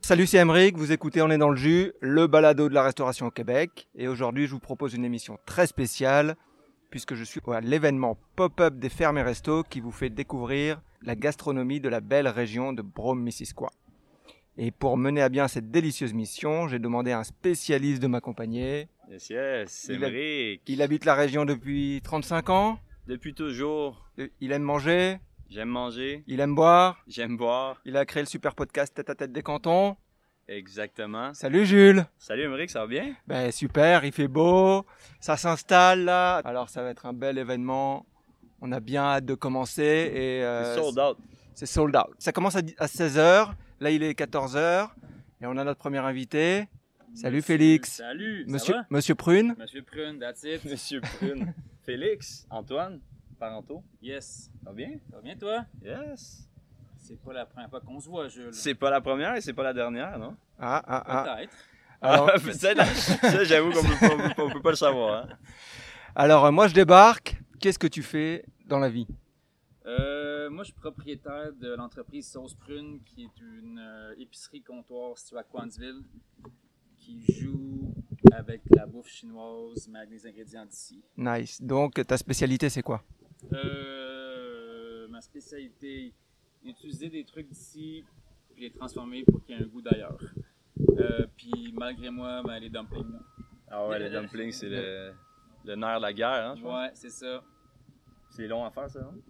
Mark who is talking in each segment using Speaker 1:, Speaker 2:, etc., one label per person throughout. Speaker 1: Salut, c'est Emeric, vous écoutez On est dans le jus, le balado de la restauration au Québec. Et aujourd'hui, je vous propose une émission très spéciale, puisque je suis à l'événement pop-up des fermes et restos qui vous fait découvrir la gastronomie de la belle région de Brome-Missisquoi. Et pour mener à bien cette délicieuse mission, j'ai demandé à un spécialiste de m'accompagner.
Speaker 2: Yes, yes, c'est
Speaker 1: Il a-
Speaker 2: Emeric.
Speaker 1: Il habite la région depuis 35 ans, Euh,
Speaker 2: Depuis toujours,
Speaker 1: il aime manger,
Speaker 2: j'aime manger,
Speaker 1: il aime boire,
Speaker 2: j'aime boire.
Speaker 1: il a créé le super podcast Tête à Tête des Cantons.
Speaker 2: Exactement.
Speaker 1: Salut Jules
Speaker 2: Salut Emeric, ça va bien?
Speaker 1: Ben super, il fait beau, ça s'installe là. Alors ça va être un bel événement. On a bien hâte de commencer et euh,
Speaker 2: C'est sold out.
Speaker 1: c'est sold out. Ça commence à, 16h, là il est 14h et on a notre premier invité, Salut, Félix.
Speaker 3: Salut,
Speaker 1: monsieur,
Speaker 3: ça va?
Speaker 1: monsieur Prune.
Speaker 3: Monsieur Prune, that's it.
Speaker 2: Monsieur Prune. Félix, Antoine, Parento,
Speaker 3: Yes.
Speaker 2: ça va bien?
Speaker 3: Ça va bien, toi?
Speaker 2: Yes.
Speaker 3: C'est pas la première fois qu'on se voit, Jules.
Speaker 2: C'est pas la première et c'est pas la dernière, non?
Speaker 1: Ah ah ah.
Speaker 3: Peut-être.
Speaker 1: Alors,
Speaker 2: Ah, peut-être, ça, j'avoue qu'on peut, pas- on peut pas- on peut pas le savoir. hein.
Speaker 1: alors, euh, moi je débarque, qu'est-ce que tu fais dans la vie
Speaker 3: Euh, moi, je suis propriétaire de l'entreprise Sauce Prune, qui est une euh, épicerie comptoir située à Quantville, qui joue avec la bouffe chinoise, mais avec des ingrédients d'ici.
Speaker 1: Nice. Donc ta spécialité c'est quoi
Speaker 3: Euh, ma spécialité, utiliser des trucs d'ici puis les transformer pour qu'il y ait un goût d'ailleurs. Euh, puis malgré moi, ben, les dumplings.
Speaker 2: Ah ouais, les dumplings, c'est le, le nerf de la guerre, hein, je pense.
Speaker 3: Ouais, c'est ça.
Speaker 2: C'est long à faire, ça, hein? non?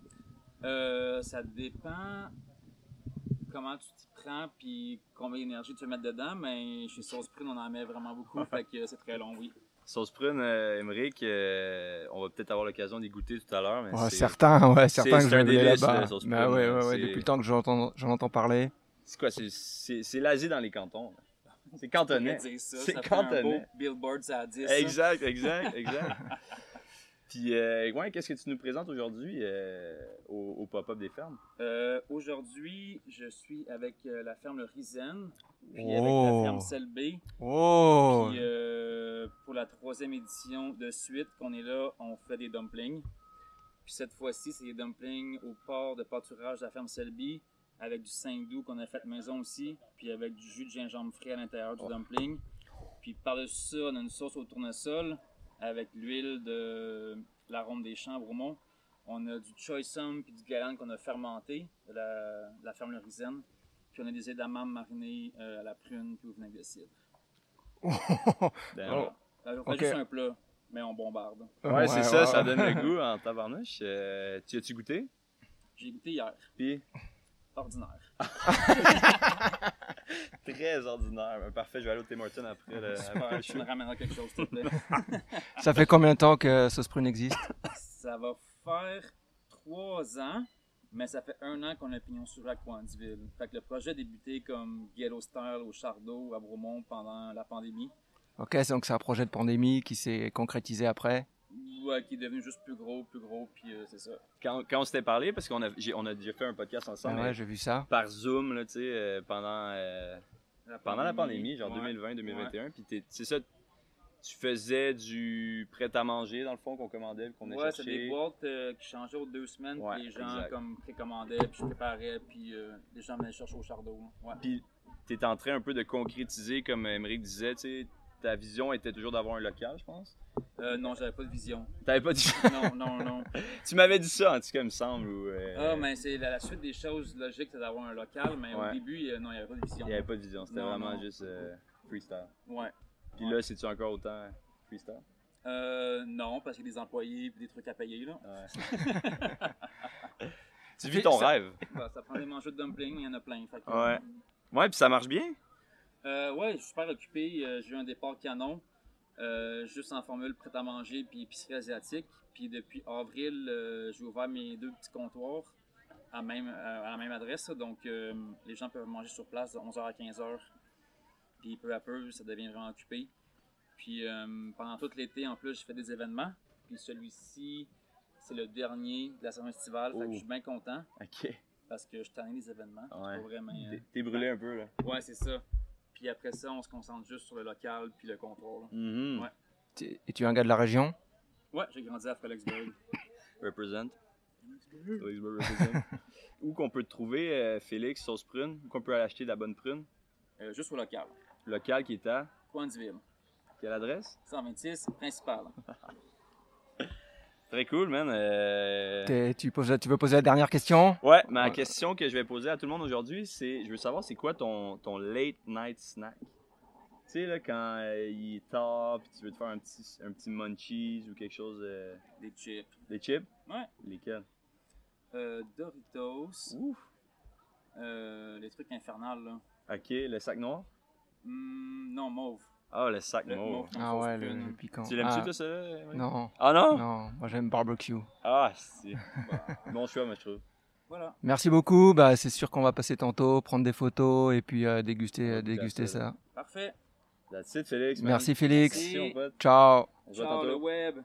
Speaker 3: Euh, ça dépend comment tu t'y prends puis combien d'énergie tu veux mettre dedans, mais chez Sauce Prune, on en met vraiment beaucoup, fait que c'est très long, oui.
Speaker 2: Sauce prune, euh, Emeric, euh, on va peut-être avoir l'occasion d'y goûter tout à l'heure, mais
Speaker 1: Ouais,
Speaker 2: Ben, c'est-
Speaker 1: Certains, ouais, certains
Speaker 2: c'est
Speaker 1: que je
Speaker 2: un
Speaker 1: vais aller
Speaker 2: délice,
Speaker 1: là-bas.
Speaker 2: la sauce
Speaker 1: Bah
Speaker 2: prune,
Speaker 1: ouais, ouais,
Speaker 2: hein,
Speaker 1: ouais,
Speaker 2: c'est-
Speaker 1: depuis le temps que j'entends- j'en entends parler.
Speaker 2: C'est quoi? c'est- C'est c'est l'Asie dans les cantons. là. C'est cantonais.
Speaker 3: C'est ça,
Speaker 2: C'est
Speaker 3: ça prend un beau
Speaker 2: cantonais.
Speaker 3: billboard ça à 10. hein.
Speaker 2: Exact, exact, exact. Puis, euh, Gwen, qu'est-ce que tu nous présentes aujourd'hui euh, au, au pop-up des fermes?
Speaker 3: Euh, Aujourd'hui, je suis avec euh, la ferme Le Rizen, puis avec
Speaker 1: Oh.
Speaker 3: la ferme Selby.
Speaker 1: Oh
Speaker 3: Puis euh, pour la troisième édition de suite qu'on est là, on fait des dumplings. Puis cette fois-ci, c'est des dumplings au port de pâturage de la ferme Selby, avec du Saint-Doux qu'on a fait maison aussi, puis avec du jus de gingembre frais à l'intérieur du
Speaker 2: Oh.
Speaker 3: dumpling. Puis par-dessus ça, on a une sauce au tournesol avec l'huile de l'arôme des champs Bromont. On a du choy sum puis du galan qu'on a fermenté de la, de la ferme Le Rizen. Puis on a des edamame marinées euh, à la prune puis au vinaigre de cidre.
Speaker 2: Ben,
Speaker 1: Oh.
Speaker 3: Alors, Euh, on fait
Speaker 1: Ok.
Speaker 3: juste un plat, mais on bombarde.
Speaker 1: Oh,
Speaker 2: Ouais, c'est ça, ça donne le goût en tabarnouche. Euh, tu as-tu goûté?
Speaker 3: J'ai goûté hier,
Speaker 2: Puis,
Speaker 3: ordinaire.
Speaker 2: très ordinaire. Ben, parfait, je vais aller au Tim Hortons après le, après le
Speaker 3: Je
Speaker 2: show.
Speaker 3: me ramènerai quelque chose, s'il te plaît.
Speaker 1: Ça fait combien de temps que Sauce Prune existe
Speaker 3: ça va faire trois ans, mais ça fait un an qu'on a pignon sur rue à Coinsville. Fait que le projet a débuté comme Ghetto Style au Chardot, à Bromont pendant la pandémie,
Speaker 1: Ok, donc c'est un projet de pandémie qui s'est concrétisé après.
Speaker 3: Ouais, euh, qui est devenu juste plus gros, plus gros, puis euh, c'est ça.
Speaker 2: Quand, quand on s'était parlé, parce qu'on a, j'ai- on a déjà fait un podcast ensemble,
Speaker 1: Ah
Speaker 2: mais
Speaker 1: ouais, j'ai vu ça.
Speaker 2: par Zoom, là, tu sais, euh, pendant... euh, Pendant la pandémie, genre
Speaker 3: Mmh. ouais.
Speaker 2: 2020-2021, puis t'es- c'est ça, tu faisais du prêt-à-manger, dans le fond, qu'on commandait, qu'on
Speaker 3: Ouais, c'est
Speaker 2: cherché.
Speaker 3: des boîtes euh, qui changeaient aux deux semaines, puis
Speaker 2: Ouais,
Speaker 3: les gens
Speaker 2: exact.
Speaker 3: comme précommandaient, puis je préparais, puis euh, les gens venaient chercher au Chardot. là. Ouais.
Speaker 2: Puis t'es en train un peu de concrétiser, comme Émeric disait, tu sais, ta vision était toujours d'avoir un local, je pense.
Speaker 3: Euh, non, j'avais pas de vision.
Speaker 2: T'avais pas dit...
Speaker 3: Non, non, non.
Speaker 2: tu m'avais dit ça, en tout cas, il me semble, ou... euh,
Speaker 3: Ah, mais c'est la, la suite des choses logiques, c'est d'avoir un local, mais
Speaker 2: Ouais.
Speaker 3: au début, il y a- non, il n'y avait pas de vision.
Speaker 2: Il n'y avait pas de vision, c'était
Speaker 3: Non,
Speaker 2: vraiment
Speaker 3: non.
Speaker 2: juste euh, freestyle.
Speaker 3: Ouais.
Speaker 2: Puis
Speaker 3: Ouais.
Speaker 2: là, c'est-tu encore autant freestyle?
Speaker 3: Euh, non, parce qu'il y a des employés et des trucs à payer, là.
Speaker 2: Ouais.
Speaker 1: Ça
Speaker 2: tu
Speaker 1: fait-
Speaker 2: vis ton
Speaker 1: ça-
Speaker 2: rêve.
Speaker 3: Bah, ça prend des manchots de dumplings, il y en a plein. fait que-
Speaker 2: Ouais. Ouais, puis ça marche bien.
Speaker 3: Euh, ouais, je suis super occupé. euh, J'ai eu un départ canon, euh, juste en formule prêt à manger puis épicerie asiatique. Puis depuis avril, euh, j'ai ouvert mes deux petits comptoirs à, même, euh, à la même adresse. Donc euh, les gens peuvent manger sur place de 11h à 15h. Puis peu à peu, ça devient vraiment occupé. Puis euh, pendant tout l'été, en plus, je fais des événements. Puis celui-ci, c'est le dernier de la saison estivale. Fait
Speaker 2: Oh.
Speaker 3: que je suis bien content
Speaker 2: OK.
Speaker 3: parce que je tanné des événements. C'est
Speaker 2: Ouais.
Speaker 3: pas vraiment.
Speaker 2: T'es- T'es brûlé un peu, là.
Speaker 3: Ouais, c'est ça. Puis après ça, on se concentre juste sur le local puis le contrôle.
Speaker 2: Mhm.
Speaker 3: Ouais.
Speaker 1: Tu- Et tu es un gars de la région
Speaker 3: Ouais, j'ai grandi à Frelicksburg.
Speaker 2: Represent. Où qu'on peut te trouver, euh, Félix, sauce prune, où qu'on peut aller acheter de la bonne prune.
Speaker 3: euh, juste au local.
Speaker 2: Local qui est à
Speaker 3: Quantville,
Speaker 2: quelle adresse?
Speaker 3: 126, principal.
Speaker 2: Très cool, man. Euh,
Speaker 1: T'es- Tu, poses- tu veux poser la dernière question
Speaker 2: Ouais, ma
Speaker 1: Ouais.
Speaker 2: question que je vais poser à tout le monde aujourd'hui, c'est je veux savoir c'est quoi ton, ton late night snack? Tu sais, là, quand euh, il est tard, puis tu veux te faire un petit, un petit munchies ou quelque chose, euh,
Speaker 3: Des chips.
Speaker 2: des chips?
Speaker 3: Ouais.
Speaker 2: Lesquels?
Speaker 3: Euh, Doritos.
Speaker 2: Ouf!
Speaker 3: Euh, les trucs infernales, là.
Speaker 2: Ok, le sac noir?
Speaker 3: Hmm, non, mauve.
Speaker 2: Ah, le sac
Speaker 3: Le
Speaker 2: noir.
Speaker 3: mauve comme sauce prune.
Speaker 1: piquant.
Speaker 2: Tu l'aimes-tu,
Speaker 1: Ah,
Speaker 2: toi, celui-là? Emmanuel?
Speaker 1: Non,
Speaker 2: Ah non?
Speaker 1: non, moi j'aime barbecue.
Speaker 2: Ah, c'est. bon choix, moi, je trouve.
Speaker 3: Voilà.
Speaker 1: Merci beaucoup, bah, c'est sûr qu'on va passer tantôt, prendre des photos et puis euh, déguster,
Speaker 2: Ouais,
Speaker 1: euh, déguster
Speaker 2: tout à
Speaker 1: ça.
Speaker 3: Parfait.
Speaker 2: That's it, Félix. man.
Speaker 1: Merci Félix,
Speaker 3: Merci.
Speaker 2: Merci, mon pote.
Speaker 1: ciao
Speaker 2: On se voit
Speaker 3: Ciao,
Speaker 2: tantôt.
Speaker 3: le web.